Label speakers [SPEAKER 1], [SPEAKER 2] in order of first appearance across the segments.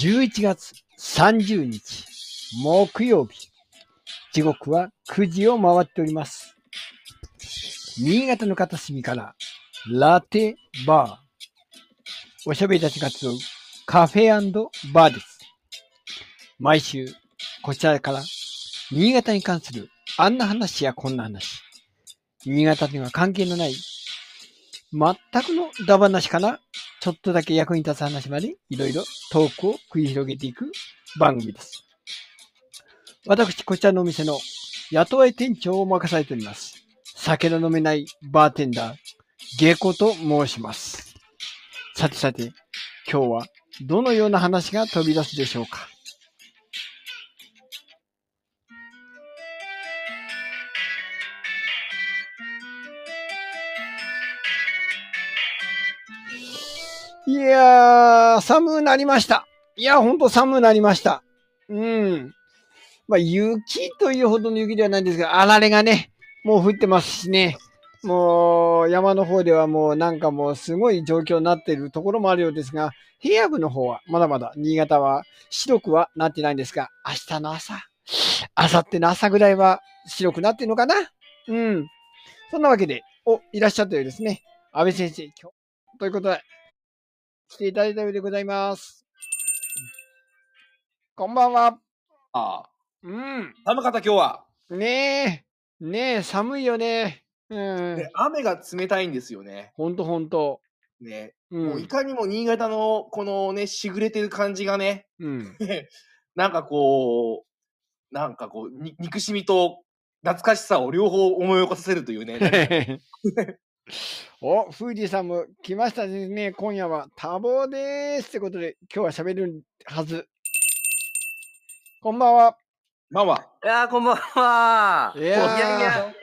[SPEAKER 1] 11月30日木曜日。時刻は9時を回っております。新潟の片隅からラテバー。おしゃべりたちが集うカフェバーです。毎週こちらから新潟に関するあんな話やこんな話。新潟には関係のない全くのダ話からちょっとだけ役に立つ話までいろいろトークを繰り広げていく番組です。私、こちらのお店の雇い店長を任されております。酒の飲めないバーテンダー、ゲコと申します。さてさて、今日はどのような話が飛び出すでしょうか。いやー、寒くなりました。いや、ほんと寒くなりました。うん。まあ、雪というほどの雪ではないんですが、あられがね、もう降ってますしね。もう、山の方ではもうなんかもうすごい状況になっているところもあるようですが、平野部の方はまだまだ新潟は白くはなってないんですが、明日の朝、明後日の朝ぐらいは白くなってるのかなうん。そんなわけで、お、いらっしゃったようですね。安倍先生、今日、ということで、来ていただいたようでございます。こんばんは。
[SPEAKER 2] ああ、
[SPEAKER 1] うん。
[SPEAKER 2] 寒かった今日は。
[SPEAKER 1] ねえ。ねえ、寒いよね。うん
[SPEAKER 2] で。雨が冷たいんですよね。
[SPEAKER 1] ほんとほんと。
[SPEAKER 2] ね、
[SPEAKER 1] う
[SPEAKER 2] もうい
[SPEAKER 1] ん。
[SPEAKER 2] かにも新潟のこのね、しぐれてる感じがね、
[SPEAKER 1] うん。
[SPEAKER 2] なんかこう、なんかこう、に憎しみと懐かしさを両方思い起こさせるというね。 なんか
[SPEAKER 1] お、フージーさんも来ましたですね。今夜は多忙です。ってことで、今日は喋るはず。こんばんは。
[SPEAKER 2] まあまあ、
[SPEAKER 3] いやー、こんばんは。
[SPEAKER 1] いやー
[SPEAKER 3] いやいや、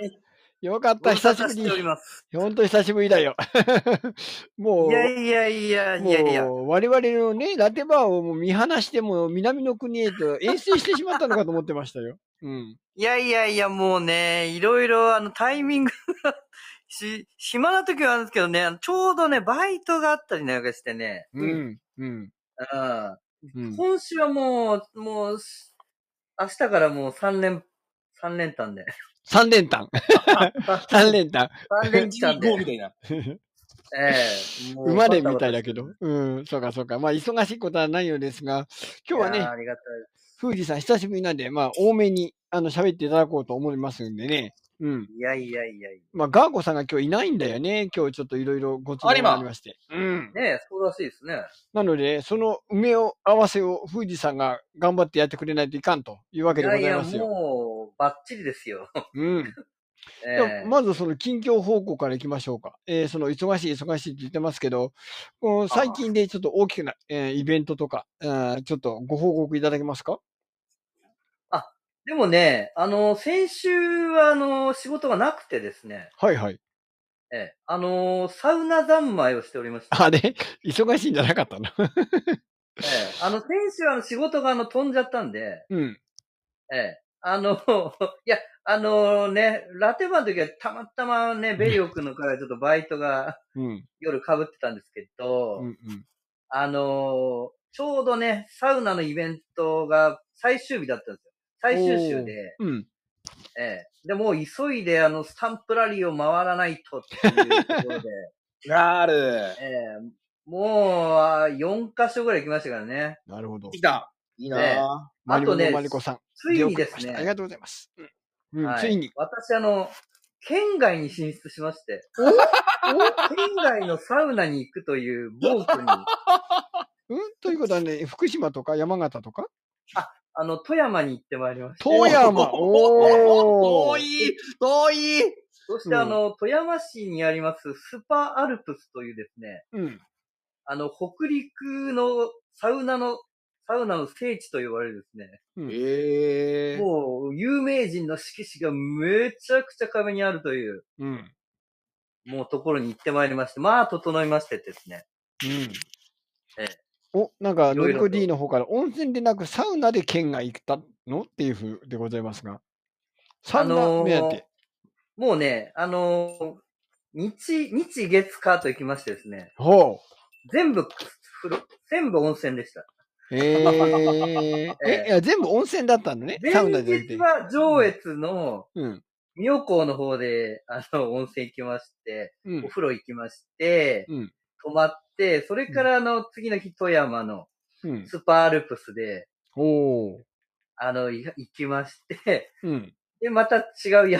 [SPEAKER 1] よかっ
[SPEAKER 3] ご
[SPEAKER 1] た。
[SPEAKER 3] 無沙
[SPEAKER 1] 久
[SPEAKER 3] 汰
[SPEAKER 1] しぶり
[SPEAKER 3] しており
[SPEAKER 1] に。
[SPEAKER 3] ます。
[SPEAKER 1] ほんと久しぶりだよ。 もう。
[SPEAKER 3] いやいやいやいやいや。
[SPEAKER 1] もう我々のね、ラテバーをもう見放して、もう南の国へと遠征してしまったのかと思ってましたよ。うん。
[SPEAKER 3] いやいやいや、もうね、いろいろ、あの、タイミングがし、暇な時はあるんですけどね、あのちょうどね、バイトがあったりなんかしてね、
[SPEAKER 1] うん。うん。
[SPEAKER 3] うん。
[SPEAKER 1] うん。
[SPEAKER 3] 今週はもう、もう、し明日からもう3連、3連単で。
[SPEAKER 1] 3連 単。3連単。
[SPEAKER 3] 3連単
[SPEAKER 2] ゴーみ
[SPEAKER 3] で。
[SPEAKER 2] たいな。
[SPEAKER 3] ええもう
[SPEAKER 1] 生まれみたいだけど。うん。そうかそうか。まあ、忙しいことはないようですが、今日はい
[SPEAKER 3] や
[SPEAKER 1] ね
[SPEAKER 3] ー、ありがたい。
[SPEAKER 1] 富士さん久しぶりなんで、まあ、多めに、あの、喋っていただこうと思いますんでね。うん。
[SPEAKER 3] いやいやいやい
[SPEAKER 1] まあ、ガーコさんが今日いないんだよね。今日ちょっといろいろご都合
[SPEAKER 2] あ
[SPEAKER 1] が
[SPEAKER 2] れま
[SPEAKER 1] ありまして。うん。
[SPEAKER 3] や。ねえ、そうらしいですね。
[SPEAKER 1] なので、その埋めを合わせを富士さんが頑張ってやってくれないといかんというわけ
[SPEAKER 3] い
[SPEAKER 1] でござ
[SPEAKER 3] や
[SPEAKER 1] い
[SPEAKER 3] いや、
[SPEAKER 1] ますよ。
[SPEAKER 3] もう、バッチリで すよ。
[SPEAKER 1] うん。
[SPEAKER 3] え
[SPEAKER 1] ではまずその近況報告からいきましょうか。えーその忙しい忙しいって言ってますけど、この最近でちょっと大きな、えーイベントとか、えーちょっとご報告いただけますか
[SPEAKER 3] でもね、あの、先週は、あの、仕事がなくてですね、
[SPEAKER 1] はいはい。
[SPEAKER 3] ええ、あの、サウナ三昧をしておりました。
[SPEAKER 1] あれ忙しいんじゃなかった な。
[SPEAKER 3] ええ、あの、先週はあの仕事があの飛んじゃったんで、
[SPEAKER 1] うん。
[SPEAKER 3] ええ、あの、 いや、あのね、ラテバの時はたまたまね、ベリオ君のからちょっとバイトが
[SPEAKER 1] うん。
[SPEAKER 3] 夜被ってたんですけど、
[SPEAKER 1] うん。うん。
[SPEAKER 3] あの、ちょうどね、サウナのイベントが最終日だったんですよ。最終週で、
[SPEAKER 1] うん。
[SPEAKER 3] ええ、で、もう急いであの、スタンプラリーを回らないとっていうところで、
[SPEAKER 2] なる。
[SPEAKER 3] ええもうあ、4箇所ぐらい行きましたからね。
[SPEAKER 1] なるほど
[SPEAKER 2] でき。た。いいなぁ、
[SPEAKER 3] ね
[SPEAKER 1] マ
[SPEAKER 3] あ
[SPEAKER 1] リ
[SPEAKER 3] と
[SPEAKER 1] コの
[SPEAKER 3] ね
[SPEAKER 1] マリコさん。
[SPEAKER 3] ついにです
[SPEAKER 1] 出遅れまし
[SPEAKER 3] ね
[SPEAKER 1] たあり、がとうございます。うん。うん
[SPEAKER 3] はい
[SPEAKER 1] ついに。
[SPEAKER 3] 私、あの、県外に進出しまして、県外のサウナに行くという暴 挙に、
[SPEAKER 1] うんということはね、福島とか山形とか
[SPEAKER 3] あの、富山に行ってまいりました。
[SPEAKER 1] 富山。おー。
[SPEAKER 2] 遠い遠い
[SPEAKER 3] そして、あの、富山市にありますスパアルプスというですね、
[SPEAKER 1] うん。
[SPEAKER 3] あの、北陸のサウナの、サウナの聖地と呼ばれるですね、
[SPEAKER 2] ええ
[SPEAKER 3] もう、有名人の色紙がめちゃくちゃ壁にあるという、
[SPEAKER 1] うん。
[SPEAKER 3] もうところに行ってまいりまして、まあ、整いましてですね。
[SPEAKER 1] うん
[SPEAKER 3] え
[SPEAKER 1] お、なんか、
[SPEAKER 3] い
[SPEAKER 1] の
[SPEAKER 3] ろい
[SPEAKER 1] り
[SPEAKER 3] ろ
[SPEAKER 1] こと D の方から、温泉でなくサウナで県外行ったのっていうふうでございますが。サウナ目当て。
[SPEAKER 3] もうね、あのー日、日月火と行きましてですね、
[SPEAKER 1] ほ
[SPEAKER 3] 全部、風呂、全部温泉でした。
[SPEAKER 1] えー、え、いや全部温泉だったのね。サウナじゃなくて
[SPEAKER 3] 前日。は上越の
[SPEAKER 1] うん。
[SPEAKER 3] 妙高の方で、あの、温泉行きまして、
[SPEAKER 1] う
[SPEAKER 3] お
[SPEAKER 1] ん。
[SPEAKER 3] 風呂行きまして、
[SPEAKER 1] うん
[SPEAKER 3] 泊まって、それからあの、次の日富山の
[SPEAKER 1] うん。
[SPEAKER 3] スーパーアルプスで、
[SPEAKER 1] おー。
[SPEAKER 3] あの、い行きまして、
[SPEAKER 1] うん。
[SPEAKER 3] で、また違う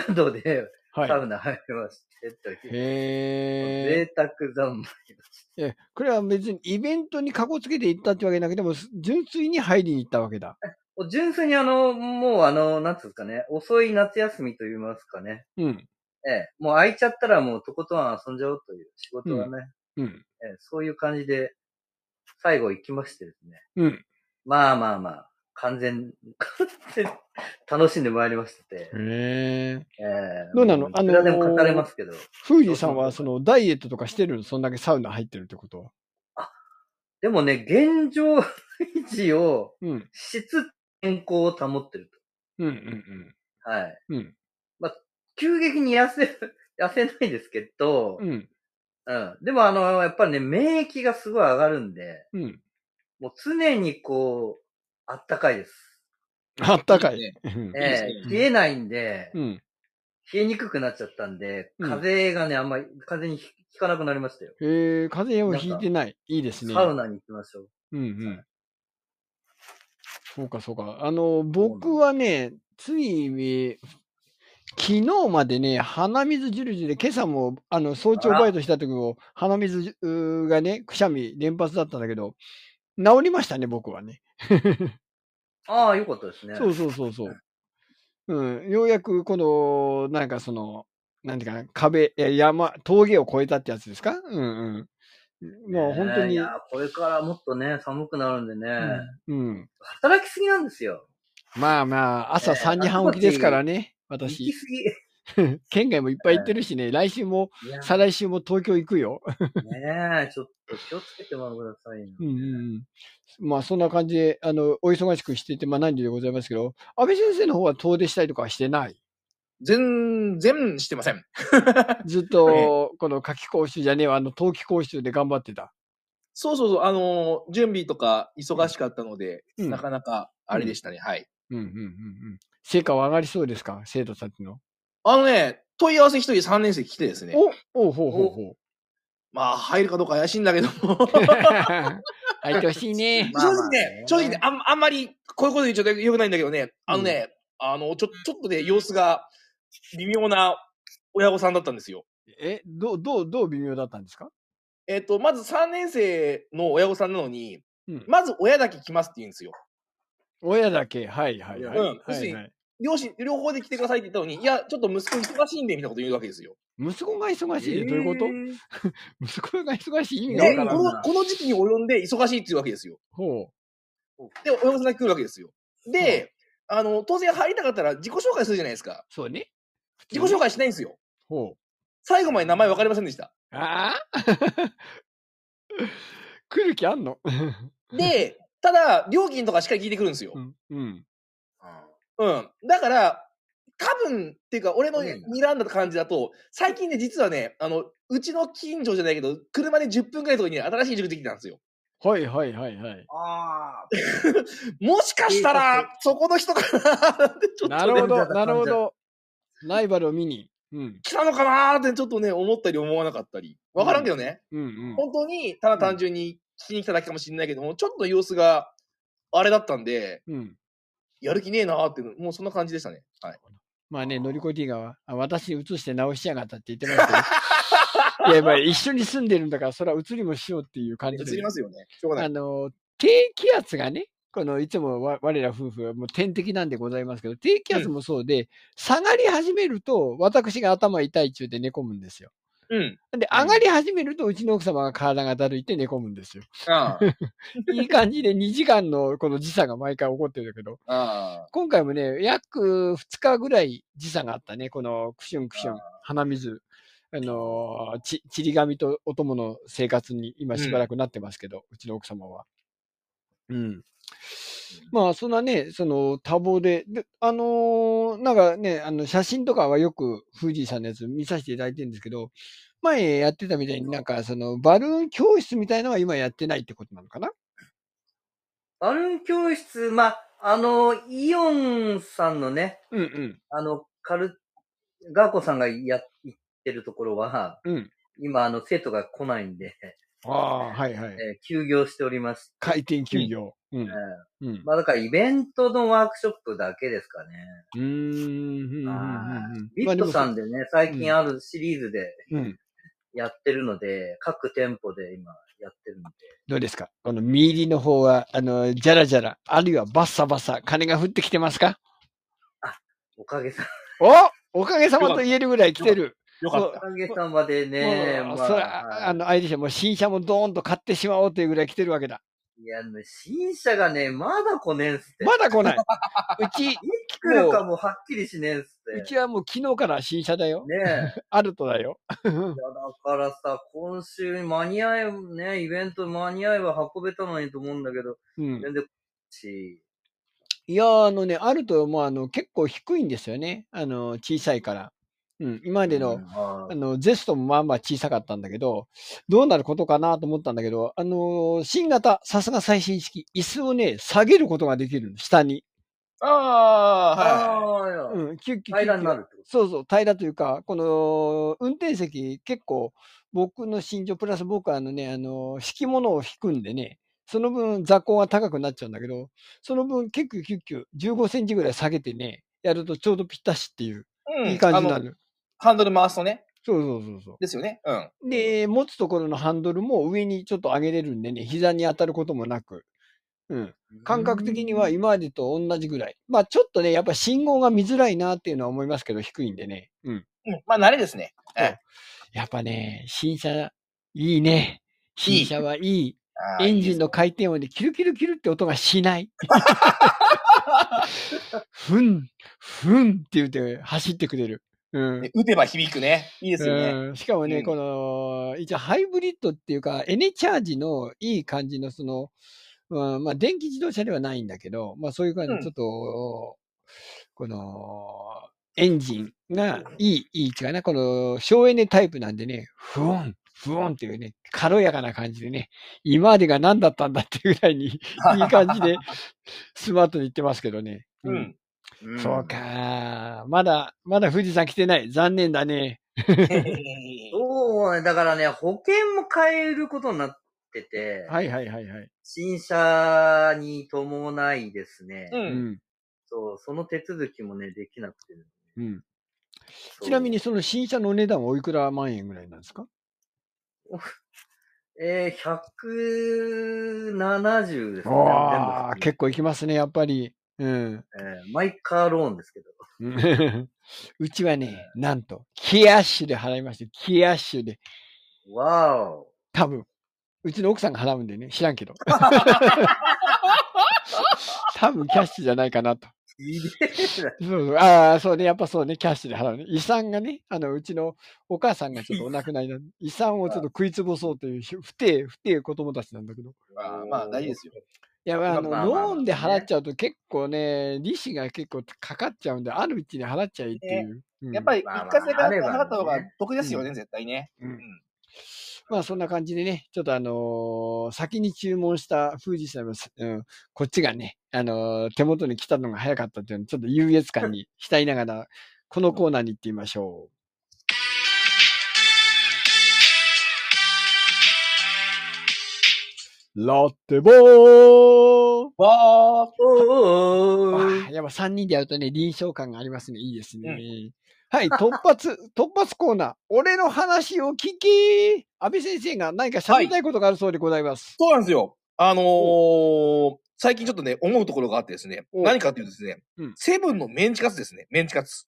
[SPEAKER 3] 宿で
[SPEAKER 1] はい
[SPEAKER 3] サ。ウナ入りまして、という、
[SPEAKER 1] へ
[SPEAKER 3] 贅沢三昧
[SPEAKER 1] え。え、これは別にイベントにかこつけて行ったってわけだけども、純粋に入りに行ったわけだ。
[SPEAKER 3] もう純粋にあの、もうあの、なんつうんですかね、遅い夏休みと言いますかね。
[SPEAKER 1] うん。
[SPEAKER 3] ええ、もう空いちゃったらもうとことん遊んじゃおうという仕事はね、
[SPEAKER 1] うん。
[SPEAKER 3] ええ、そういう感じで、最後行きましてですね。
[SPEAKER 1] うん。
[SPEAKER 3] まあまあまあ、完全、完全、楽しんでまいりまして。
[SPEAKER 1] へえ。
[SPEAKER 3] ええ
[SPEAKER 1] どうなの
[SPEAKER 3] も
[SPEAKER 1] あのー
[SPEAKER 3] いくらでも語れますけど。
[SPEAKER 1] ふうじさんはそのダイエットとかしてるのそんだけサウナ入ってるってことは。
[SPEAKER 3] でもね、現状維持を、
[SPEAKER 1] うん。
[SPEAKER 3] 質健康を保ってる
[SPEAKER 1] うんうん
[SPEAKER 3] と。はい。
[SPEAKER 1] うん。うん。
[SPEAKER 3] 急激に痩せ、 痩せないですけど、
[SPEAKER 1] うん。
[SPEAKER 3] うん。でもあの、やっぱりね、免疫がすごい上がるんで、
[SPEAKER 1] うん。
[SPEAKER 3] もう常にこう、あったかいです。
[SPEAKER 1] あったかい。
[SPEAKER 2] ね
[SPEAKER 1] うん
[SPEAKER 2] いです
[SPEAKER 3] え
[SPEAKER 2] ね
[SPEAKER 3] え冷えないんで、
[SPEAKER 1] うん。
[SPEAKER 3] 冷えにくくなっちゃったんで、
[SPEAKER 1] うん
[SPEAKER 3] 風邪がね、あんまり、風邪にひひかなくなりましたよ。
[SPEAKER 1] へえ、風邪をひいてない。いいですね。
[SPEAKER 3] サウナに行きましょう。
[SPEAKER 1] うんうん。そうか、そうか。あの、僕はね、つい、えー昨日までね、鼻水じゅるじゅるで、今朝も、あの、早朝
[SPEAKER 3] あら
[SPEAKER 1] バイトした時も、鼻水じゅがね、くしゃみ連発だったんだけど、治りましたね、僕はね。
[SPEAKER 3] ああ、よかったですね。
[SPEAKER 1] そうそうそうそう。うん、ようやく、この、なんかその、なんていうかな、壁、いや山、峠を越えたってやつですかうんうん。もう本当
[SPEAKER 3] ねえい
[SPEAKER 1] に、
[SPEAKER 3] や、これからもっとね、寒くなるんでね、
[SPEAKER 1] うん。うん
[SPEAKER 3] 働きすぎなんですよ。
[SPEAKER 1] まあまあ、朝
[SPEAKER 3] えー
[SPEAKER 1] 3時半起きですからね、
[SPEAKER 3] 行き
[SPEAKER 1] 私。
[SPEAKER 3] すぎ。
[SPEAKER 1] 県外もいっぱい行ってるしね、来週も、
[SPEAKER 3] いや、
[SPEAKER 1] 再来週も東京行くよ。
[SPEAKER 3] ねえ、ちょっと気をつけてもらってくださいよ。
[SPEAKER 1] うんうんうんまあそんな感じで、あの、お忙しくしてて、まあ何時でございますけど、安倍先生の方は遠出したりとかはしてない。
[SPEAKER 2] 全然してません。
[SPEAKER 1] ずっと、この夏季講習じゃねえわ、あの、冬季講習で頑張ってた。
[SPEAKER 2] そうそうそう、あのー準備とか忙しかったので、
[SPEAKER 1] うん
[SPEAKER 2] なかなかあれでしたね、はい。
[SPEAKER 1] うんうんうんうん。成果は上がりそうですか生徒たちの。
[SPEAKER 2] あのね、問い合わせ一人3年生来てですね、
[SPEAKER 1] おおほうほうほう。
[SPEAKER 2] まあ入るかどうか怪しいんだけど も、
[SPEAKER 1] 入ってほしいね。
[SPEAKER 3] まあ
[SPEAKER 2] 正
[SPEAKER 3] ま
[SPEAKER 2] 直
[SPEAKER 3] あ
[SPEAKER 2] ね
[SPEAKER 3] ね、
[SPEAKER 2] 正直ねあん、あんまりこういうこと言っちゃよくないんだけどね、あのね、あの、ちょ、ちょっとで様子が微妙な親御さんだったんですよ。
[SPEAKER 1] え、どう、どう、どう微妙だったんですか
[SPEAKER 2] えっ、と、まず3年生の親御さんなのに、
[SPEAKER 1] うん
[SPEAKER 2] まず親だけ来ますって言うんですよ。
[SPEAKER 1] 親だけ、はいはいはい。
[SPEAKER 2] うん
[SPEAKER 1] は
[SPEAKER 2] 要する
[SPEAKER 1] い
[SPEAKER 2] に
[SPEAKER 1] はい、
[SPEAKER 2] 両親、両方で来てくださいって言ったのに、いや、ちょっと息子忙しいんで、みたいなこと言うわけですよ。
[SPEAKER 1] 息子が忙しい、どういうこと息子が忙しい意味
[SPEAKER 2] で
[SPEAKER 1] がわから
[SPEAKER 2] こ
[SPEAKER 3] ね
[SPEAKER 1] ん
[SPEAKER 2] の
[SPEAKER 1] な。、
[SPEAKER 2] この時期に及んで忙しいっていうわけですよ。
[SPEAKER 1] ほ
[SPEAKER 3] と
[SPEAKER 2] で、親御さんが来るわけですよ。で、あの、当然入りたかったら自己紹介するじゃないですか。
[SPEAKER 1] う。そうね。
[SPEAKER 2] 自己紹介しないんですよ。
[SPEAKER 1] ほ
[SPEAKER 2] 最後まで名前わかりませんでした。
[SPEAKER 1] う。ああ 来る気あんの
[SPEAKER 2] で、ただ、料金とかしっかり聞いてくるんですよ
[SPEAKER 1] う。ん。うん。
[SPEAKER 2] うん。だから、多分っていうか、俺の
[SPEAKER 3] うん
[SPEAKER 2] 睨んだ感じだと、最近ね、実はね、あの、うちの近所じゃないけど、車で10分ぐらいのところに新しい塾できたんですよ。
[SPEAKER 1] はいはいはいはい。
[SPEAKER 3] ああ、
[SPEAKER 2] もしかしたら、そこの人かなって、ちょっと
[SPEAKER 1] なるほど、
[SPEAKER 3] ちょっとね
[SPEAKER 1] なるほど。ライバルを見に。うん。
[SPEAKER 2] 来たのかなーってちょっとね、思ったり思わなかったり。わからんけどね、
[SPEAKER 1] うんうん。
[SPEAKER 2] 本当に、ただ単純に聞きに来ただけかもしれないけども、ちょっと様子があれだったんで、
[SPEAKER 1] うん。
[SPEAKER 2] やる気ねえなーって、もうそんな感じでしたね。はい。
[SPEAKER 1] まあね、乗り越え D が、あ私移して直しやがったって言ってましたけど。いや、まあ一緒に住んでるんだから、それは移りもしようっていう感じ
[SPEAKER 2] 映
[SPEAKER 1] で。
[SPEAKER 2] りますよね。しょうがな
[SPEAKER 1] あ
[SPEAKER 2] い。
[SPEAKER 1] の、低気圧がね、このいつもわ我ら夫婦はもう天敵なんでございますけど、低気圧もそうで、下がり始めると、私が頭痛い中で寝込むんですよ。
[SPEAKER 2] うん。
[SPEAKER 1] で、
[SPEAKER 2] うん
[SPEAKER 1] 上がり始めると、うちの奥様が体がだるいって寝込むんですよ。
[SPEAKER 2] あ ー
[SPEAKER 1] いい感じで2時間のこの時差が毎回起こってるんだけど、
[SPEAKER 2] あ
[SPEAKER 1] 今回もね、約2日ぐらい時差があったね、このクシュンクシュン、鼻水。あのーち、ちり紙とお供の生活に今しばらくなってますけど、うちの奥様は。うん。まあ、そんなね、その多忙で、で、あのーなんかね、あの、写真とかはよく、富士さんのやつ見させていただいてるんですけど、前やってたみたいになんか、その、バルーン教室みたいのは今やってないってことなのかな
[SPEAKER 3] アルン教室、まあ、あの、イオンさんのね、
[SPEAKER 2] うんうん。
[SPEAKER 3] あの、カル、ガーコさんがや、行ってるところは、
[SPEAKER 1] うん
[SPEAKER 3] 今、あの、生徒が来ないんで、
[SPEAKER 1] ああ、はいはい
[SPEAKER 3] え。ー休業しております。
[SPEAKER 1] 回転休業。うん。
[SPEAKER 3] えー
[SPEAKER 1] うん。うん
[SPEAKER 3] まあ、だからイベントのワークショップだけですかね。。
[SPEAKER 1] うんうん。うん
[SPEAKER 3] ビットさん。でね、最近あるシリーズで
[SPEAKER 1] うん。
[SPEAKER 3] やってるので、各店舗で今やってるので。
[SPEAKER 1] どうですかこの身入りの方は、あの、じゃらじゃら、あるいはバッサバサ、金が降ってきてますか
[SPEAKER 3] おかげさ
[SPEAKER 1] おおかげさまと言えるぐらい来てる。
[SPEAKER 2] よかっ
[SPEAKER 3] お
[SPEAKER 2] た。
[SPEAKER 3] かげさまでね、
[SPEAKER 1] も
[SPEAKER 3] ま
[SPEAKER 1] う
[SPEAKER 3] あ
[SPEAKER 1] そら、あ
[SPEAKER 3] は
[SPEAKER 1] の、あれでしょ、もう新車もドーンと買ってしまおうというぐらい来てるわけだ。
[SPEAKER 3] い、いや、ね新車がね、まだ来ねえんすって。
[SPEAKER 1] まだ来ない。う ち、
[SPEAKER 3] 来るかもはっきりしねえんす
[SPEAKER 1] う
[SPEAKER 3] って。
[SPEAKER 1] ちはもう昨日から新車だよ。
[SPEAKER 3] ねえ。いや、だ
[SPEAKER 1] アルトだよ。
[SPEAKER 3] からさ、今週間に合え、ね、イベント間に合えば運べたのにと思うんだけど、
[SPEAKER 1] うん。
[SPEAKER 3] 全然来ないし、
[SPEAKER 1] いやー、あのね、あると、もうあの、結構低いんですよね。あの、小さいから。うん、今までの、
[SPEAKER 3] の
[SPEAKER 1] あの、ゼストもまあまあ小さかったんだけど、どうなることかなと思ったんだけど、あのー新型、さすが最新式、椅子をね、下げることができるの、下に。
[SPEAKER 2] ああ、は
[SPEAKER 3] ああ、いや、
[SPEAKER 1] うん、キュッキュッキュッキュッ
[SPEAKER 3] 平らになるってこと
[SPEAKER 1] そうそう、平らというか、この、運転席、結構、僕の身長、プラス僕はあのね、あの、敷物を引くんでね、その分座高が高くなっちゃうんだけど、その分、キュッキュッキュッキュッ、15センチぐらい下げてね、やるとちょうどぴったしっていう、
[SPEAKER 2] い。うん
[SPEAKER 1] いい感じに
[SPEAKER 2] あ
[SPEAKER 1] な
[SPEAKER 2] の
[SPEAKER 1] る。
[SPEAKER 2] ハンドル回すとね。
[SPEAKER 1] そうそうそうそ
[SPEAKER 2] ですよね。うん。
[SPEAKER 1] う。で、持つところのハンドルも上にちょっと上げれるんでね、膝に当たることもなく、うん。感覚的には今までと同じぐらい。まあちょっとね、やっぱ信号が見づらいなっていうのは思いますけど、低いんでね。うん。
[SPEAKER 2] うんまあ、慣れですね。
[SPEAKER 1] やっぱね、新車、いいね。新車はいい。
[SPEAKER 2] あー
[SPEAKER 1] エンジンの回転音でキルキルキルって音がし ない。ふん、ふんって言って走ってくれる。うん。
[SPEAKER 2] ね打てば響くね。いいですよね。
[SPEAKER 1] うんしかもね、
[SPEAKER 2] うん
[SPEAKER 1] この、一応ハイブリッドっていうか、エネチャージのいい感じの、その、うん、まあ、電気自動車ではないんだけど、まあ、そういう感じ
[SPEAKER 2] う
[SPEAKER 1] の、
[SPEAKER 2] ん
[SPEAKER 1] ちょっと、この、エンジンがいい、いい位置かな。この、省エネタイプなんでね、ふおん、ふおんっていうね、軽やかな感じでね、今までが何だったんだっていうぐらいに、いい感じ で、スマートにいってますけどね。
[SPEAKER 2] うん。
[SPEAKER 3] ん
[SPEAKER 1] そう。か。まだ、まだ富士山来てない。残念だね。
[SPEAKER 3] そうね、だからね、保険も変えることになってて、
[SPEAKER 1] はいはいはいはい。
[SPEAKER 3] 新車に伴いですね、
[SPEAKER 2] う。
[SPEAKER 1] うんん。
[SPEAKER 3] そう、その手続きもね、できなくて、
[SPEAKER 1] うん、ちなみ
[SPEAKER 3] に、
[SPEAKER 1] にその新車のお値段はおいくら万円ぐらいなんですか
[SPEAKER 3] えー、170ですね、全部
[SPEAKER 1] ああ、
[SPEAKER 3] 含
[SPEAKER 1] 結構いきますね、やっぱり。うん。
[SPEAKER 3] めて、えーマイカーローンですけど、
[SPEAKER 1] うちはね、なんと、キアッシュで払いました。キアッシュで。
[SPEAKER 3] わお、
[SPEAKER 1] 多分。うちの奥さんが払うんでね、知らん けど。多分キャッシュじゃないかなと。
[SPEAKER 3] いいで すね
[SPEAKER 1] そうそう。ああ、そうね。やっぱそうね。キャッシュで払うね。遺産がね、あの、うちのお母さんがちょっとお亡くなりなんで、遺産をちょっと食いつぼそうという、不定、不定子供たちなんだけど。
[SPEAKER 2] まあ、まあ、大事ですよ。
[SPEAKER 1] いや、まあ、あの、
[SPEAKER 3] まあまあまあ
[SPEAKER 1] ローンで払っちゃうと結構ね、利子が結構かかっちゃうんで、あるうちに払っちゃいっていう。うん
[SPEAKER 2] やっぱり、一
[SPEAKER 3] まあまあ
[SPEAKER 2] 括で払った
[SPEAKER 3] あればね
[SPEAKER 2] 方が得ですよね、絶対ね。
[SPEAKER 1] うん
[SPEAKER 2] ん
[SPEAKER 1] まあ、そんな感じでね、ちょっとあのー先に注文した富士山も、うん、こっちがね、あのー手元に来たのが早かったっていうの、ちょっと優越感に浸りながら、このコーナーに行ってみましょう。ラッテボー
[SPEAKER 2] わ
[SPEAKER 3] おーおー
[SPEAKER 1] あ
[SPEAKER 3] おー
[SPEAKER 1] あやっぱ3人でやるとね、臨床感がありますね。いいですね。はい、突発、 突発コーナー。俺の話を聞き安倍先生が何か喋りたいことがあるそうでございます。
[SPEAKER 2] そうなんですよ。あのー、最近ちょっとね、思うところがあってですね、
[SPEAKER 1] お
[SPEAKER 2] 何かっていうとですね
[SPEAKER 1] うん、
[SPEAKER 2] セブンのメンチカツですね、メンチカツ。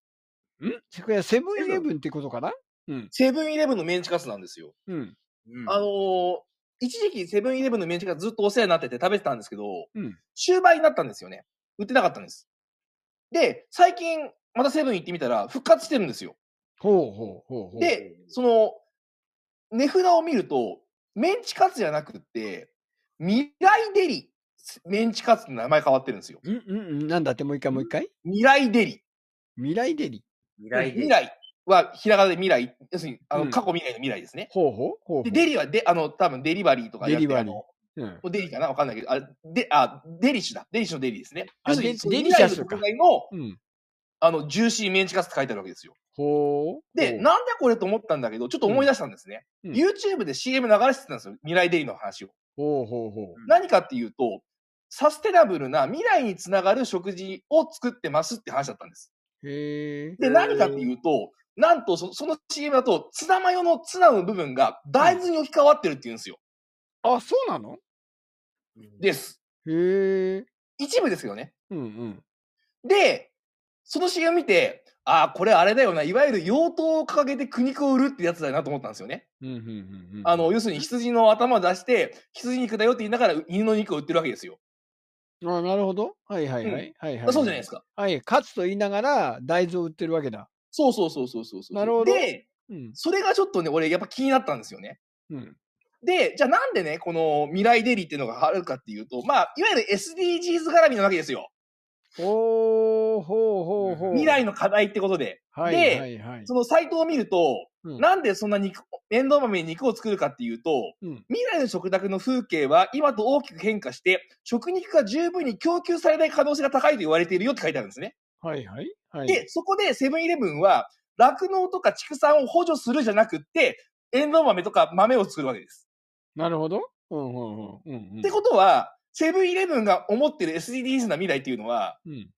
[SPEAKER 1] それからセブンイレブンってことかなうん。
[SPEAKER 2] セブンイレブンのメンチカツなんですよ。
[SPEAKER 1] うん。
[SPEAKER 3] うん
[SPEAKER 2] あのー、一時期セブンイレブンのメンチカツずっとお世話になってて食べてたんですけど、
[SPEAKER 1] うん
[SPEAKER 2] 終売になったんですよね。売ってなかったんです。で、最近、またセブン行ってみたら復活してるんですよ。
[SPEAKER 1] ほうほうほうほう。
[SPEAKER 2] で、その、値札を見ると、メンチカツじゃなくって、未来デリメンチカツって名前変わってるんですよ。
[SPEAKER 1] うんうんうん。なんだってもう一回もう一回
[SPEAKER 2] 未来デリ。
[SPEAKER 1] 未来デリ。
[SPEAKER 3] 未来で
[SPEAKER 2] 未来はひらがなで未来、要するにあ
[SPEAKER 1] うん
[SPEAKER 2] の過去未来の未来ですね。
[SPEAKER 1] ほうほうほうほう。
[SPEAKER 2] で、デリはで、あの、多分デリバリーとか
[SPEAKER 1] デ
[SPEAKER 2] やって
[SPEAKER 1] リバリー
[SPEAKER 2] あの
[SPEAKER 1] うん。
[SPEAKER 2] デリかなわかんないけど、あれ、で、あ、デリッシュだ。デリッシュのデリですね。
[SPEAKER 1] あ
[SPEAKER 2] 要するに
[SPEAKER 1] デ
[SPEAKER 2] その
[SPEAKER 1] デリシャスか
[SPEAKER 2] 未来の食材の、
[SPEAKER 1] うん。
[SPEAKER 2] あの、ジューシーメンチカツって書いてあるわけですよ。
[SPEAKER 1] ほう。
[SPEAKER 2] で、
[SPEAKER 1] ほう、
[SPEAKER 2] なんだこれと思ったんだけど、ちょっと思い出したんですね。
[SPEAKER 1] うん
[SPEAKER 2] YouTube で CM 流してたんですよ。未来デリの話を。
[SPEAKER 1] ほうほうほう。
[SPEAKER 2] 何かっていうと、サステナブルな未来につながる食事を作ってますって話だったんです。
[SPEAKER 1] へえ。
[SPEAKER 2] で、何かっていうと、なんとそ、その CM だと、ツナマヨのツナの部分が大豆に置き換わってるって言うんですよ。
[SPEAKER 1] あ、そうなの
[SPEAKER 2] です。
[SPEAKER 1] へえ。
[SPEAKER 2] 一部ですよね。
[SPEAKER 1] うんうん。
[SPEAKER 2] で、その CM 見て、ああ、これあれだよな、いわゆる用途を掲げて苦肉を売るってやつだなと思ったんですよね。
[SPEAKER 1] うんうんうんうん。
[SPEAKER 2] あの、要するに羊の頭を出して、羊肉だよって言いながら犬の肉を売ってるわけですよ。
[SPEAKER 1] あなるほど。はいはいはい。はいはい、
[SPEAKER 2] そうじゃないですか。
[SPEAKER 1] はい、勝つと言いながら大豆を売ってるわけだ。
[SPEAKER 2] そうそうそうそうそうそう。
[SPEAKER 1] なるほど
[SPEAKER 2] で、
[SPEAKER 1] うん。
[SPEAKER 2] それがちょっとね、俺やっぱ気になったんですよね。
[SPEAKER 1] うん。
[SPEAKER 2] で、じゃあなんでね、この未来デリっていうのがあるかっていうと、まあ、いわゆる SDGs 絡みなわけですよ。
[SPEAKER 1] ほうほうほうほう。
[SPEAKER 2] 未来の課題ってことで。
[SPEAKER 1] はい
[SPEAKER 2] で
[SPEAKER 1] はいはい。
[SPEAKER 2] そのサイトを見ると、
[SPEAKER 1] うん
[SPEAKER 2] なんでそんな肉、エンドウ豆に肉を作るかっていうと、
[SPEAKER 1] うん
[SPEAKER 2] 未来の食卓の風景は今と大きく変化して、食肉が十分に供給されない可能性が高いと言われているよって書いてあるんですね。
[SPEAKER 1] はいはい。はい。
[SPEAKER 2] で、そこでセブンイレブンは、酪農とか畜産を補助するじゃなくって、エンドウ豆とか豆を作るわけです。
[SPEAKER 1] なるほど。うんうんうんうんうん。
[SPEAKER 2] ってことは、セブンイレブンが思ってる SDGs な未来っていうのは、
[SPEAKER 1] うん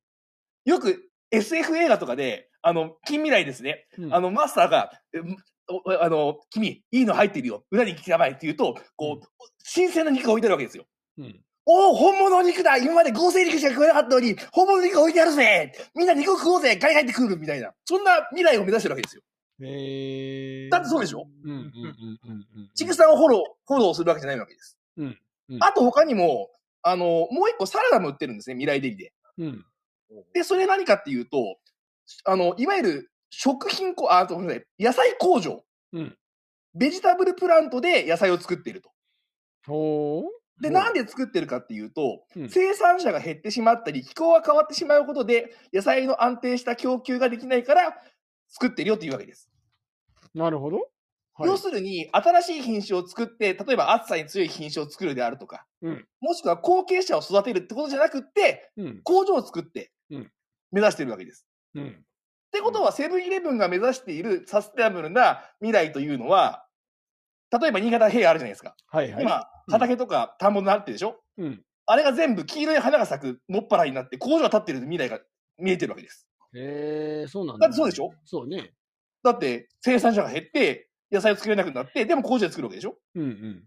[SPEAKER 2] よく SF 映画とかで、あの、近未来ですね。
[SPEAKER 1] うん
[SPEAKER 2] あの、マスターが、えんおあの、君、いいの入ってるよ。裏に来たまえって言うと、こ
[SPEAKER 1] う
[SPEAKER 2] う、新鮮な肉が置いてあるわけですよ。
[SPEAKER 1] うん
[SPEAKER 2] おお、本物の肉だ今まで合成肉しか食えなかったのに、本物の肉置いてあるぜみんな肉を食おうぜガリガリって食うみたいな。そんな未来を目指してるわけですよ。
[SPEAKER 1] えー、
[SPEAKER 2] だってそうでしょ
[SPEAKER 1] うんうんうんうんうん。
[SPEAKER 2] 畜産をフォロー、フォローするわけじゃないわけです。
[SPEAKER 1] うんうん
[SPEAKER 2] あと他にも、あの、もう一個サラダも売ってるんですね、未来デリで。
[SPEAKER 1] うん。
[SPEAKER 2] で、それ何かっていうと、あの、いわゆる食品こ、あ、ごめんなさい、野菜工場。
[SPEAKER 1] うん
[SPEAKER 2] ベジタブルプラントで野菜を作っていると。
[SPEAKER 1] ほう。
[SPEAKER 2] で、なんで作ってるかっていうと、
[SPEAKER 1] うん
[SPEAKER 2] 生産者が減ってしまったり、気候が変わってしまうことで、野菜の安定した供給ができないから、作ってるよっていうわけです。
[SPEAKER 1] なるほど。
[SPEAKER 2] 要するに、新しい品種を作って、例えば暑さに強い品種を作るであるとか、
[SPEAKER 1] うん
[SPEAKER 2] もしくは後継者を育てるってことじゃなくって、
[SPEAKER 1] うん
[SPEAKER 2] 工場を作って
[SPEAKER 1] うん、
[SPEAKER 2] 目指してるわけです。
[SPEAKER 1] うん。
[SPEAKER 2] ってことは、セブンイレブンが目指しているサステナブルな未来というのは、例えば新潟平野あるじゃないですか。
[SPEAKER 1] はいはい。
[SPEAKER 2] 今、畑とか田んぼになってるでしょ、
[SPEAKER 1] うん。
[SPEAKER 2] あれが全部黄色い花が咲くもっぱらになって工場が立ってる未来が見えてるわけです。
[SPEAKER 1] えー、そうなんだ。
[SPEAKER 2] だってそうでしょ
[SPEAKER 1] そうね。
[SPEAKER 2] だって生産者が減って野菜を作れなくなって、でも工場で作るわけでしょ
[SPEAKER 1] うんうん。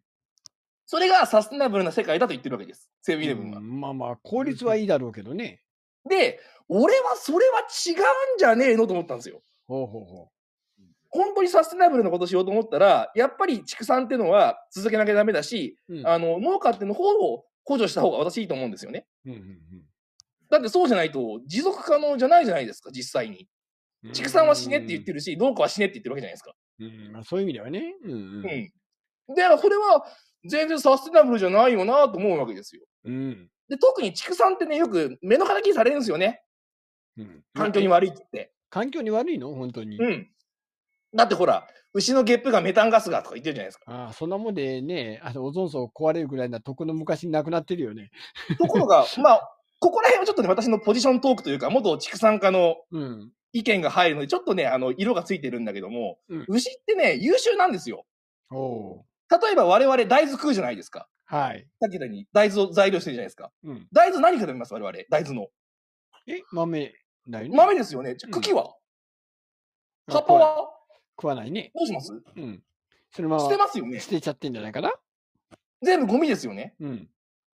[SPEAKER 2] それがサステナブルな世界だと言ってるわけです。セブンイレブンは。
[SPEAKER 1] うんまあまあ、効率はいいだろうけどね。
[SPEAKER 2] で、俺はそれは違うんじゃねえのと思ったんですよ。
[SPEAKER 1] ほうほうほ
[SPEAKER 2] 本当にサステナブルなことしようと思ったら、やっぱり畜産ってのは続けなきゃダメだし、
[SPEAKER 1] う。うん
[SPEAKER 2] あの、農家っての方を補助した方が私いいと思うんですよね。
[SPEAKER 1] うんうん
[SPEAKER 2] だってそうじゃないと持続可能じゃないじゃないですか、実際に。
[SPEAKER 1] うん
[SPEAKER 2] 畜産は死ねって言ってるし、農家は死ねって言ってるわけじゃないですか。
[SPEAKER 1] うんまあ、そういう意味ではね。うんうん。
[SPEAKER 2] うん。だからそれは全然サステナブルじゃないよなと思うわけですよ。
[SPEAKER 1] うん。
[SPEAKER 2] で、特に畜産ってね、よく目の敵にされるんですよね。
[SPEAKER 1] うん
[SPEAKER 2] 環境に悪いって言って。
[SPEAKER 1] 環境に悪いの本当に。
[SPEAKER 2] うん。だってほら、牛のゲップがメタンガスがとか言ってるじゃないですか。
[SPEAKER 1] ああ、そんなもんでね、あの、オゾン層壊れるぐらいなとこの昔になくなってるよね。
[SPEAKER 2] ところが、まあ、ここら辺はちょっとね、私のポジショントークというか、元畜産家の
[SPEAKER 1] うん。
[SPEAKER 2] 意見が入るので、ちょっとね、あの、色がついてるんだけども、
[SPEAKER 1] うん
[SPEAKER 2] 牛ってね、優秀なんですよ。
[SPEAKER 1] おお
[SPEAKER 2] 例えば我々大豆食うじゃないですか。
[SPEAKER 1] ー。はい。
[SPEAKER 2] さっき言ったように大豆を材料してるじゃないですか。
[SPEAKER 1] うん。
[SPEAKER 2] 大豆何食べます我々。大豆の。
[SPEAKER 1] え、豆だよね。
[SPEAKER 2] 豆ですよね。じゃ
[SPEAKER 1] うん
[SPEAKER 2] 茎は、
[SPEAKER 1] あ
[SPEAKER 2] 葉っぱは
[SPEAKER 1] 食わない食わないね。
[SPEAKER 2] どうします
[SPEAKER 1] うん。そのま
[SPEAKER 2] 捨
[SPEAKER 1] ま
[SPEAKER 2] てますよね
[SPEAKER 1] 捨。てちゃってんじゃないかな。
[SPEAKER 2] 全部ゴミですよね。
[SPEAKER 1] うん。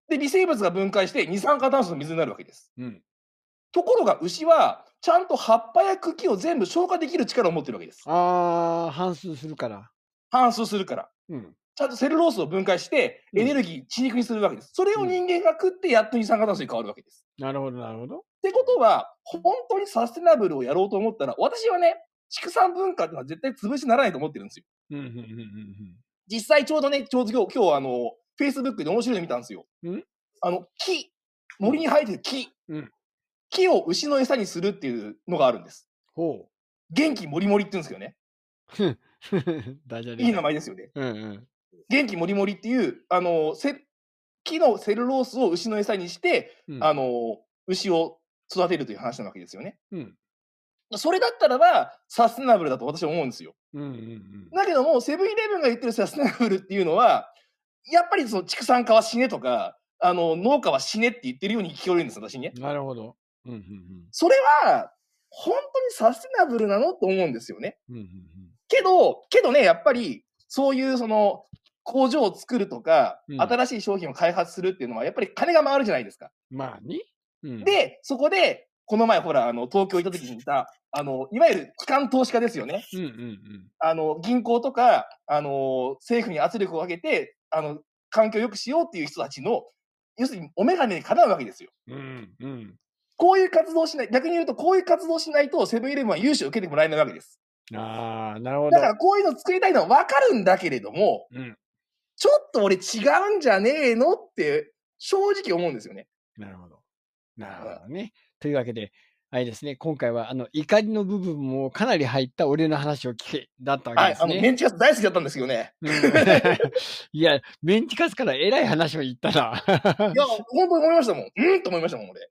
[SPEAKER 2] で、微生物が分解して二酸化炭素の水になるわけです。
[SPEAKER 1] うん。
[SPEAKER 2] ところが牛は、ちゃんと葉っぱや茎を全部消化できる力を持ってるわけです。
[SPEAKER 1] ああ、反数するから。
[SPEAKER 2] 反数するから。
[SPEAKER 1] うん。
[SPEAKER 2] ちゃんとセルロースを分解して、
[SPEAKER 1] うん
[SPEAKER 2] エネルギー、血肉にするわけです。それを人間が食って、やっと二酸化炭素に変わるわけです。
[SPEAKER 1] なるほど、なるほど。
[SPEAKER 2] ってことは、本当にサステナブルをやろうと思ったら、私はね、畜産文化ってのは絶対潰しならないと思ってるんですよ。
[SPEAKER 1] うん、うん、うん、
[SPEAKER 2] 実際ちょうどね、ちょうど今日、今日あの、Facebook で面白いの見たんですよ。
[SPEAKER 1] ん
[SPEAKER 2] あの、木。森に生えてる木。
[SPEAKER 1] うん
[SPEAKER 2] 木を牛の餌にするっていうのがあるんです。
[SPEAKER 1] ほ
[SPEAKER 2] 元気もりもりって言うんですよね。
[SPEAKER 1] う。ダジャレだ。
[SPEAKER 2] いい名前ですよね。
[SPEAKER 1] うん、うん。
[SPEAKER 2] 元気もりもりっていう、あの、せ木のセルロースを牛の餌にして、
[SPEAKER 1] うん
[SPEAKER 2] あの、牛を育てるという話なわけですよね。
[SPEAKER 1] うん。
[SPEAKER 2] それだったらば、サステナブルだと私は思うんですよ。
[SPEAKER 1] うんうんうん。
[SPEAKER 2] だけども、セブンイレブンが言ってるサステナブルっていうのは、やっぱりその畜産家は死ねとか、あの、農家は死ねって言ってるように聞こえるんです、私にね。
[SPEAKER 1] なるほど。うんうん
[SPEAKER 2] それは、本当にサステナブルなのと思うんですよね。
[SPEAKER 1] うん。うん
[SPEAKER 2] けど、けどね、やっぱり、そういうその、工場を作るとか、
[SPEAKER 1] うん
[SPEAKER 2] 新しい商品を開発するっていうのは、やっぱり金が回るじゃないですか。
[SPEAKER 1] うん。まあね。うん、
[SPEAKER 2] で、そこで、この前ほら、あの、東京行った時にいた、あの、いわゆる機関投資家ですよね。
[SPEAKER 1] うんうんうん。
[SPEAKER 2] あの、銀行とか、あの、政府に圧力をかけて、あの、環境を良くしようっていう人たちの、要するにお眼鏡にかなうわけですよ。
[SPEAKER 1] うんうん。
[SPEAKER 2] こういう活動をしない、逆に言うと、こういう活動をしないと、セブンイレブンは融資を受けてもらえないわけです。
[SPEAKER 1] ああ、なるほど
[SPEAKER 2] だ。から、こういうの作りたいのはわかるんだけれども、
[SPEAKER 1] うん。
[SPEAKER 2] ちょっと俺違うんじゃねえのって、正直思うんですよね。
[SPEAKER 1] なるほど。なるほどね。というわけで、あれですね、今回はあの怒りの部分もかなり入った俺の話を聞け、だったわ
[SPEAKER 2] は
[SPEAKER 1] け
[SPEAKER 2] い
[SPEAKER 1] で。す
[SPEAKER 2] あの、メ
[SPEAKER 1] ね。
[SPEAKER 2] ンチカツ大好きだったんですけどね。
[SPEAKER 1] うん いや、メンチカツからえらい話を言ったな。
[SPEAKER 2] いや、本当に思いましたもん。うんと思いましたもん、俺。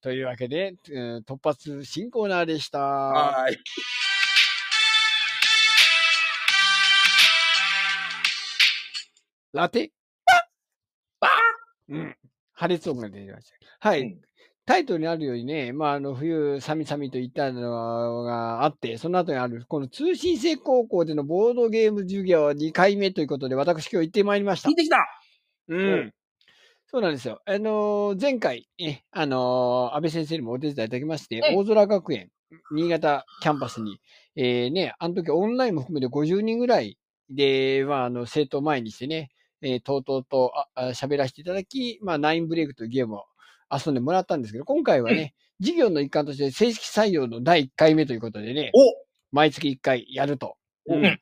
[SPEAKER 1] というわけで、うん突発新コーナーでした。
[SPEAKER 2] はーい。
[SPEAKER 1] ラテ
[SPEAKER 2] バ
[SPEAKER 1] うん。破裂音が出てました。はい。
[SPEAKER 2] うん
[SPEAKER 1] タイトルにあるようにね、まあ、あの、冬、寒々といったのがあって、その後にある、この通信制高校でのボードゲーム授業2回目ということで、私今日行ってまいりました
[SPEAKER 2] 聞い。てきた
[SPEAKER 1] うん。そうなんですよ。あのー前回、え、あのー安倍先生にもお手伝いいただきまして、
[SPEAKER 2] うん
[SPEAKER 1] 大空学園、新潟キャンパスに、えーね、あの時オンラインも含めて50人ぐらいで、まあ、あの、生徒を前にしてね、えーとうとうとああ喋らせていただき、まあ、ナインブレイクというゲームを遊んでもらったんですけど、今回はね、授業の一環として正式採用の第1回目ということでね、毎月1回やると。
[SPEAKER 2] おうん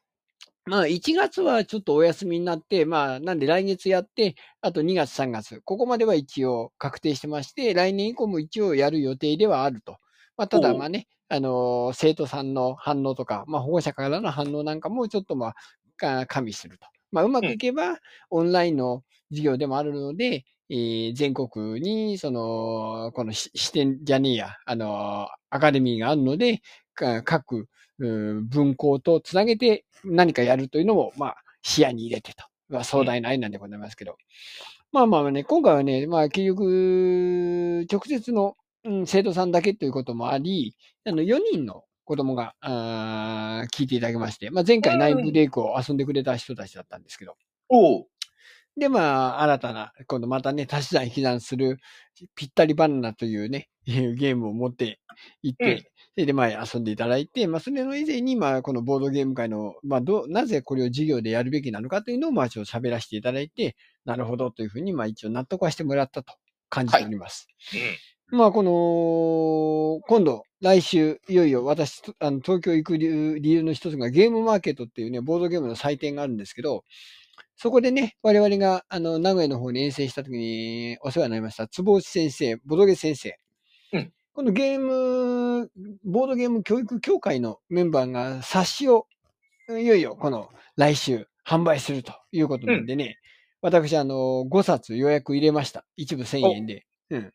[SPEAKER 1] まあ、1月はちょっとお休みになって、まあ、なんで来月やって、あと2月、3月、ここまでは一応確定してまして、来年以降も一応やる予定ではあると。まあ、ただ、
[SPEAKER 2] おう
[SPEAKER 1] まあね、あのー生徒さんの反応とか、まあ、保護者からの反応なんかもちょっとまあ、か加味すると。まあ、うまくいけば、オンラインの授業でもあるので、えー全国に、その、このし支店じゃねえや、あのーアカデミーがあるので、か各、うん文校とつなげて何かやるというのも、まあ、視野に入れてと。まあ、壮大な愛なんでございますけど。まあまあね、今回はね、まあ、結局、直接の、うん、生徒さんだけということもあり、あの、4人の子供が、あー聞いていただきまして、まあ、前回ナインブレイクを遊んでくれた人たちだったんですけど、
[SPEAKER 2] おう
[SPEAKER 1] で、まあ、新たな、今度またね、足し算引き算する、ぴったりバナナというね、 いうゲームを持って行って、
[SPEAKER 2] うん
[SPEAKER 1] それで、まあ、遊んでいただいて、まあ、それの以前に、まあ、このボードゲーム界の、まあ、どう、なぜこれを授業でやるべきなのかというのを、まあ、ちょっと喋らせていただいて、なるほどというふうに、まあ、一応納得はしてもらったと感じております。まあ、この、今度、来週、いよいよ私、とあの東京行く理由理由の一つが、ゲームマーケットっていうね、ボードゲームの祭典があるんですけど、そこでね、我々が、あの、名古屋の方に遠征した時に、お世話になりました、坪内先生、ボドゲ先生。
[SPEAKER 2] うん
[SPEAKER 1] このゲーム、ボードゲーム教育協会のメンバーが冊子を、いよいよ、この、来週、販売するということなんでね、私、あの、5冊予約入れました。一部1000円で。うん。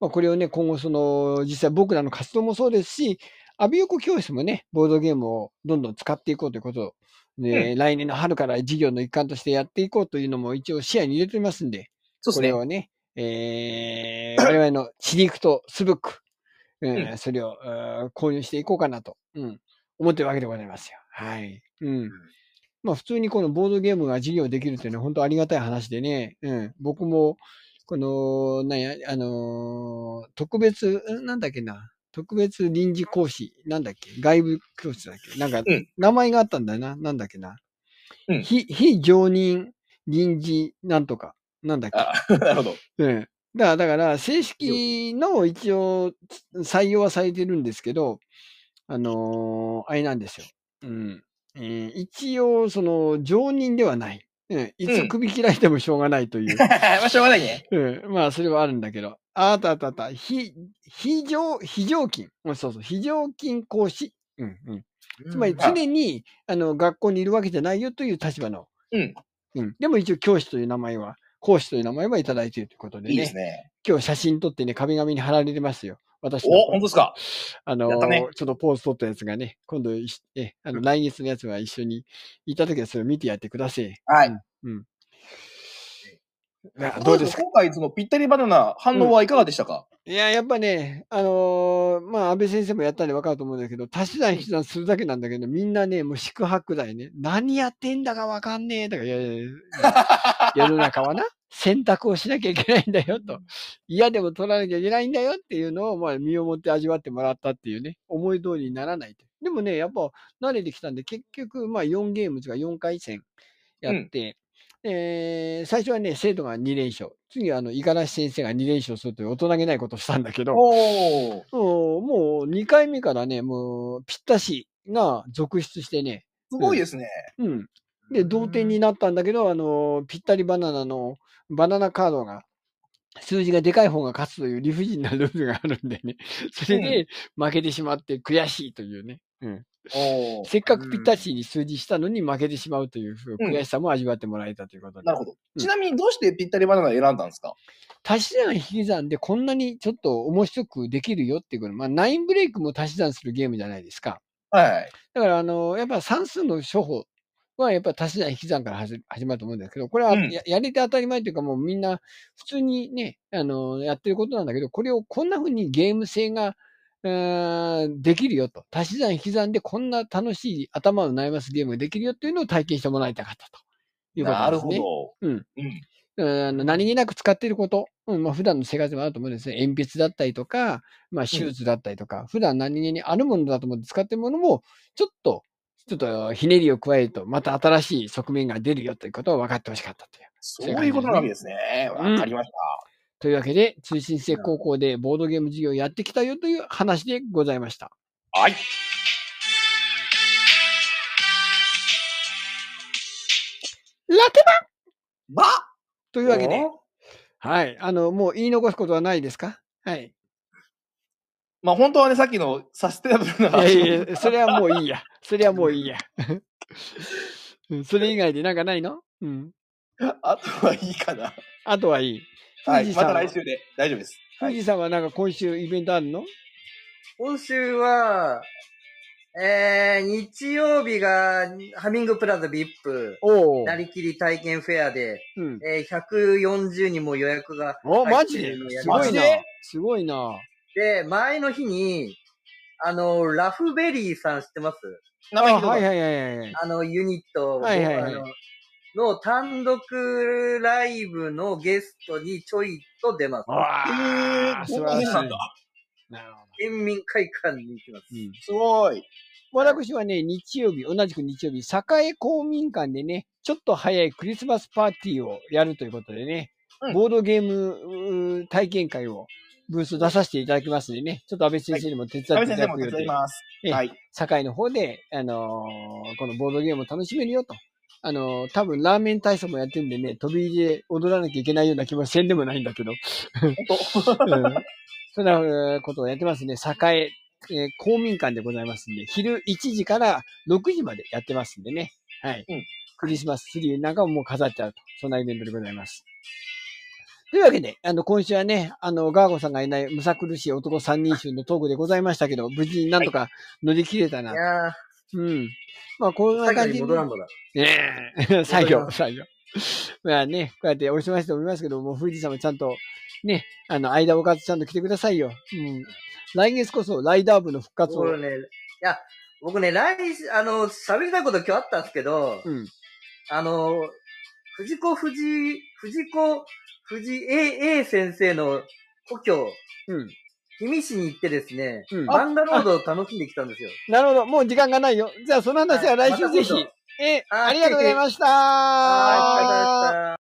[SPEAKER 1] まあ、これをね、今後その、実際僕らの活動もそうですし、アビ横教室もね、ボードゲームをどんどん使っていこうということを、ね来年の春から事業の一環としてやっていこうというのも一応視野に入れておりますんで、こ
[SPEAKER 2] そうです
[SPEAKER 1] れ
[SPEAKER 2] ね。
[SPEAKER 1] をね、えー、我々の知りクとスブック、うん
[SPEAKER 2] う
[SPEAKER 1] それを、うん購入していこうかなと、うん、思ってるわけでございますよ。はい。うん。まあ普通にこのボードゲームが授業できるというのは本当ありがたい話でね、うん、僕も、この、なんや、あのー特別、んなんだっけな、特別臨時講師、なんだっけ、外部教室だっけ、なんか
[SPEAKER 2] うん、
[SPEAKER 1] 名前があったんだよな、なんだっけな、
[SPEAKER 2] うん
[SPEAKER 1] 非、非常任臨時なんとか、なんだっけ、
[SPEAKER 2] あ、なるほど。
[SPEAKER 1] うん。だから、だから正式の一応、採用はされてるんですけど、あのーあれなんですよ。うん。えー一応、その、常任ではない。うん。いうつ
[SPEAKER 2] ん
[SPEAKER 1] 首切られてもしょうがないと いう。
[SPEAKER 2] まあ、しょうがないね。
[SPEAKER 1] うん。まあ、それはあるんだけど。ああったあったあった。非、非常、非常勤。うんそうそう。非常勤講師。うんうん。つまり
[SPEAKER 2] あ
[SPEAKER 1] 常に、あの、学校にいるわけじゃないよという立場の。
[SPEAKER 2] うん。
[SPEAKER 1] うん。でも一応教師という名前は講師という名前もいただいているということでね。
[SPEAKER 2] いいですね。
[SPEAKER 1] 今日写真撮ってね、壁紙に貼られてますよ。私の
[SPEAKER 2] お、本当ですか
[SPEAKER 1] あの
[SPEAKER 2] やったね
[SPEAKER 1] ちょっとポーズ撮ったやつがね、今度いし、え、あの、来月のやつは一緒にいたときはそれを見てやってくだ さい。
[SPEAKER 2] はい
[SPEAKER 1] うん。いやどうですか
[SPEAKER 2] 今回、そのぴったりバナナ反応はいかがでしたか、
[SPEAKER 1] いや、やっぱね、あのーまあ、安倍先生もやったんで分かると思うんだけど、足し算引き算するだけなんだけど、みんなね、もう宿泊だよね。何やってんだか分かんねえ。だから、いやいやいや 世の中はな、選択をしなきゃいけないんだよと。嫌でも取らなきゃいけないんだよっていうのを、まあ、身をもって味わってもらったっていうね、思い通りにならないと。でもね、やっぱ慣れてきたんで、結局、まあ、4ゲームとか4回戦やって、えー最初はね、生徒が2連勝。次は、あの、五十嵐先生が2連勝するという大人げないことをしたんだけど、
[SPEAKER 2] おお、
[SPEAKER 1] うんもう2回目からね、もうぴったしが続出してね、
[SPEAKER 2] すごいですね。
[SPEAKER 1] うん。で、同点になったんだけど、あの、ぴったりバナナの、バナナカードが、数字がでかい方が勝つという理不尽なルールがあるんで ね。それで負けてしまって悔しいというね。うん。
[SPEAKER 2] おー
[SPEAKER 1] せっかくぴったしに数字したのに負けてしまうという
[SPEAKER 2] うん
[SPEAKER 1] 悔しさも味わってもらえたということで。
[SPEAKER 2] なるほど。
[SPEAKER 1] うん
[SPEAKER 2] ちなみにどうしてぴったりバナナを選んだんですか
[SPEAKER 1] 足し算引き算でこんなにちょっと面白くできるよっていうこと。まあ、ナインブレイクも足し算するゲームじゃないですか。
[SPEAKER 2] はい。
[SPEAKER 1] だから、あの、やっぱ算数の処方は、やっぱ足し算引き算から始始まると思うんですけど、これは
[SPEAKER 2] うん
[SPEAKER 1] や,、れて当たり前というか、もうみんな普通にね、あの、やってることなんだけど、これをこんな風にゲーム性が、うーんできるよと。足し算引き算でこんな楽しい頭を悩ますゲームができるよっていうのを体験してもらいたかったということ
[SPEAKER 2] な
[SPEAKER 1] で
[SPEAKER 2] る
[SPEAKER 1] す
[SPEAKER 2] ほ
[SPEAKER 1] ね。
[SPEAKER 2] ど。
[SPEAKER 1] うん。
[SPEAKER 2] うん。
[SPEAKER 1] うんあの何気なく使っていること、うんまあ、普段の生活でもあると思うんですね。鉛筆だったりとか、まあ、手術だったりとか、普段何気にあるものだと思って使っているものも、ちょっと、ちょっとひねりを加えると、また新しい側面が出るよということを分かってほしかったという。
[SPEAKER 2] そういうことなわけですね。
[SPEAKER 1] うん
[SPEAKER 2] わかりまし
[SPEAKER 1] というわけで、通信制高校でボードゲーム授業をやってきたよという話でございました。
[SPEAKER 2] た。はい。
[SPEAKER 1] ラテマ
[SPEAKER 2] ば
[SPEAKER 1] と
[SPEAKER 2] と
[SPEAKER 1] いうわけで、はい。あの、もう言い残すことはないですかはい。
[SPEAKER 2] まあ本当はね、さっきのサステナブルない
[SPEAKER 1] や
[SPEAKER 2] 話
[SPEAKER 1] いやいや それはもういいや。それはもう いいや。うんそれ以外でなんかないのうん。
[SPEAKER 2] あとはいいかな。
[SPEAKER 1] あとはいい。
[SPEAKER 2] は
[SPEAKER 1] 富
[SPEAKER 2] い。
[SPEAKER 1] 士山
[SPEAKER 2] また
[SPEAKER 1] は、
[SPEAKER 2] 来週で大丈夫です。は
[SPEAKER 1] 富
[SPEAKER 2] い。
[SPEAKER 1] 士山はなんか今週イベントあるの
[SPEAKER 3] 今週は、えー、日曜日がハミングプラザ VIP
[SPEAKER 1] おお。
[SPEAKER 3] なりきり体験フェアで、
[SPEAKER 1] うん。
[SPEAKER 3] えー、140人も予約が
[SPEAKER 1] お、マ
[SPEAKER 3] 入っ
[SPEAKER 1] ジ
[SPEAKER 3] て
[SPEAKER 1] で
[SPEAKER 3] るのをや
[SPEAKER 1] す
[SPEAKER 3] りま
[SPEAKER 1] ご
[SPEAKER 2] マ
[SPEAKER 1] い
[SPEAKER 2] ジ
[SPEAKER 1] な
[SPEAKER 3] し
[SPEAKER 2] で。
[SPEAKER 1] すごいな。
[SPEAKER 3] で、前の日に、あの、ラフベリーさん知ってます
[SPEAKER 1] あ
[SPEAKER 2] 名前聞いたことあ
[SPEAKER 1] はい
[SPEAKER 2] る
[SPEAKER 1] はいはいはい。
[SPEAKER 3] あの、ユニット、
[SPEAKER 1] はいはいはい
[SPEAKER 3] あのの単独ライブのゲストにちょいと出ます。
[SPEAKER 1] わあ、素晴らしい。
[SPEAKER 2] そうなんだ
[SPEAKER 1] なるほど。
[SPEAKER 3] 県民会館に行きます。
[SPEAKER 1] うん。
[SPEAKER 2] すごい。
[SPEAKER 1] 私はね、日曜日、同じく日曜日、栄公民館でね、ちょっと早いクリスマスパーティーをやるということでね、
[SPEAKER 2] うん
[SPEAKER 1] ボードゲームうー体験会をブース出させていただきますんでね、ちょっと安倍先生にも手伝ってい
[SPEAKER 2] 安部先生
[SPEAKER 1] ただ
[SPEAKER 2] も
[SPEAKER 1] く
[SPEAKER 2] 手
[SPEAKER 1] よ
[SPEAKER 2] 伝い
[SPEAKER 1] で、
[SPEAKER 2] ます。
[SPEAKER 1] ええ
[SPEAKER 2] はい。
[SPEAKER 1] 堺の方で、あのーこのボードゲームを楽しめるよと。あのー多分ラーメン体操もやってるんでね、飛び入りで踊らなきゃいけないような気もせんでもないんだけど。 うんそんなえーことをやってますね。栄、えー公民館でございますんで、昼1時から6時までやってますんでね。はい。
[SPEAKER 2] うん
[SPEAKER 1] クリスマスツリーなんかももう飾ってあると。そんなイベントでございます。というわけで、あの、今週はね、あの、ガーゴさんがいない、むさ苦しい男3人衆のトークでございましたけど、無事になんとか乗り切れたな。
[SPEAKER 3] いやー、
[SPEAKER 1] うん。まあ、こんな
[SPEAKER 3] 最後
[SPEAKER 1] 感
[SPEAKER 3] に
[SPEAKER 1] じ
[SPEAKER 3] 戻らんぼだ。
[SPEAKER 1] ねえ、最後、最後。まあね、こうやってお忙しいと思いますけども、富士山もちゃんと、ね、あの、間おかずちゃんと来てくださいよ。うん。来月こそライダー部の復活を。
[SPEAKER 3] 僕ね、いや、僕ね、来、あの、喋りたいこと今日あったんですけど、
[SPEAKER 1] うん。
[SPEAKER 3] あの、藤子藤、藤子藤井 A, A 先生の故郷、
[SPEAKER 1] うん。
[SPEAKER 3] 氷見市に行ってですね、
[SPEAKER 1] うん。
[SPEAKER 3] マンガロードを楽しんできたんですよ。
[SPEAKER 1] なるほど。もう時間がないよ。じゃあ、その話は来
[SPEAKER 3] ま
[SPEAKER 1] 週
[SPEAKER 3] た
[SPEAKER 1] ぜ
[SPEAKER 3] 今
[SPEAKER 1] ひ
[SPEAKER 3] 度。
[SPEAKER 1] え、
[SPEAKER 3] あ
[SPEAKER 1] ありがとうございました。
[SPEAKER 3] はい、ありがとうございました。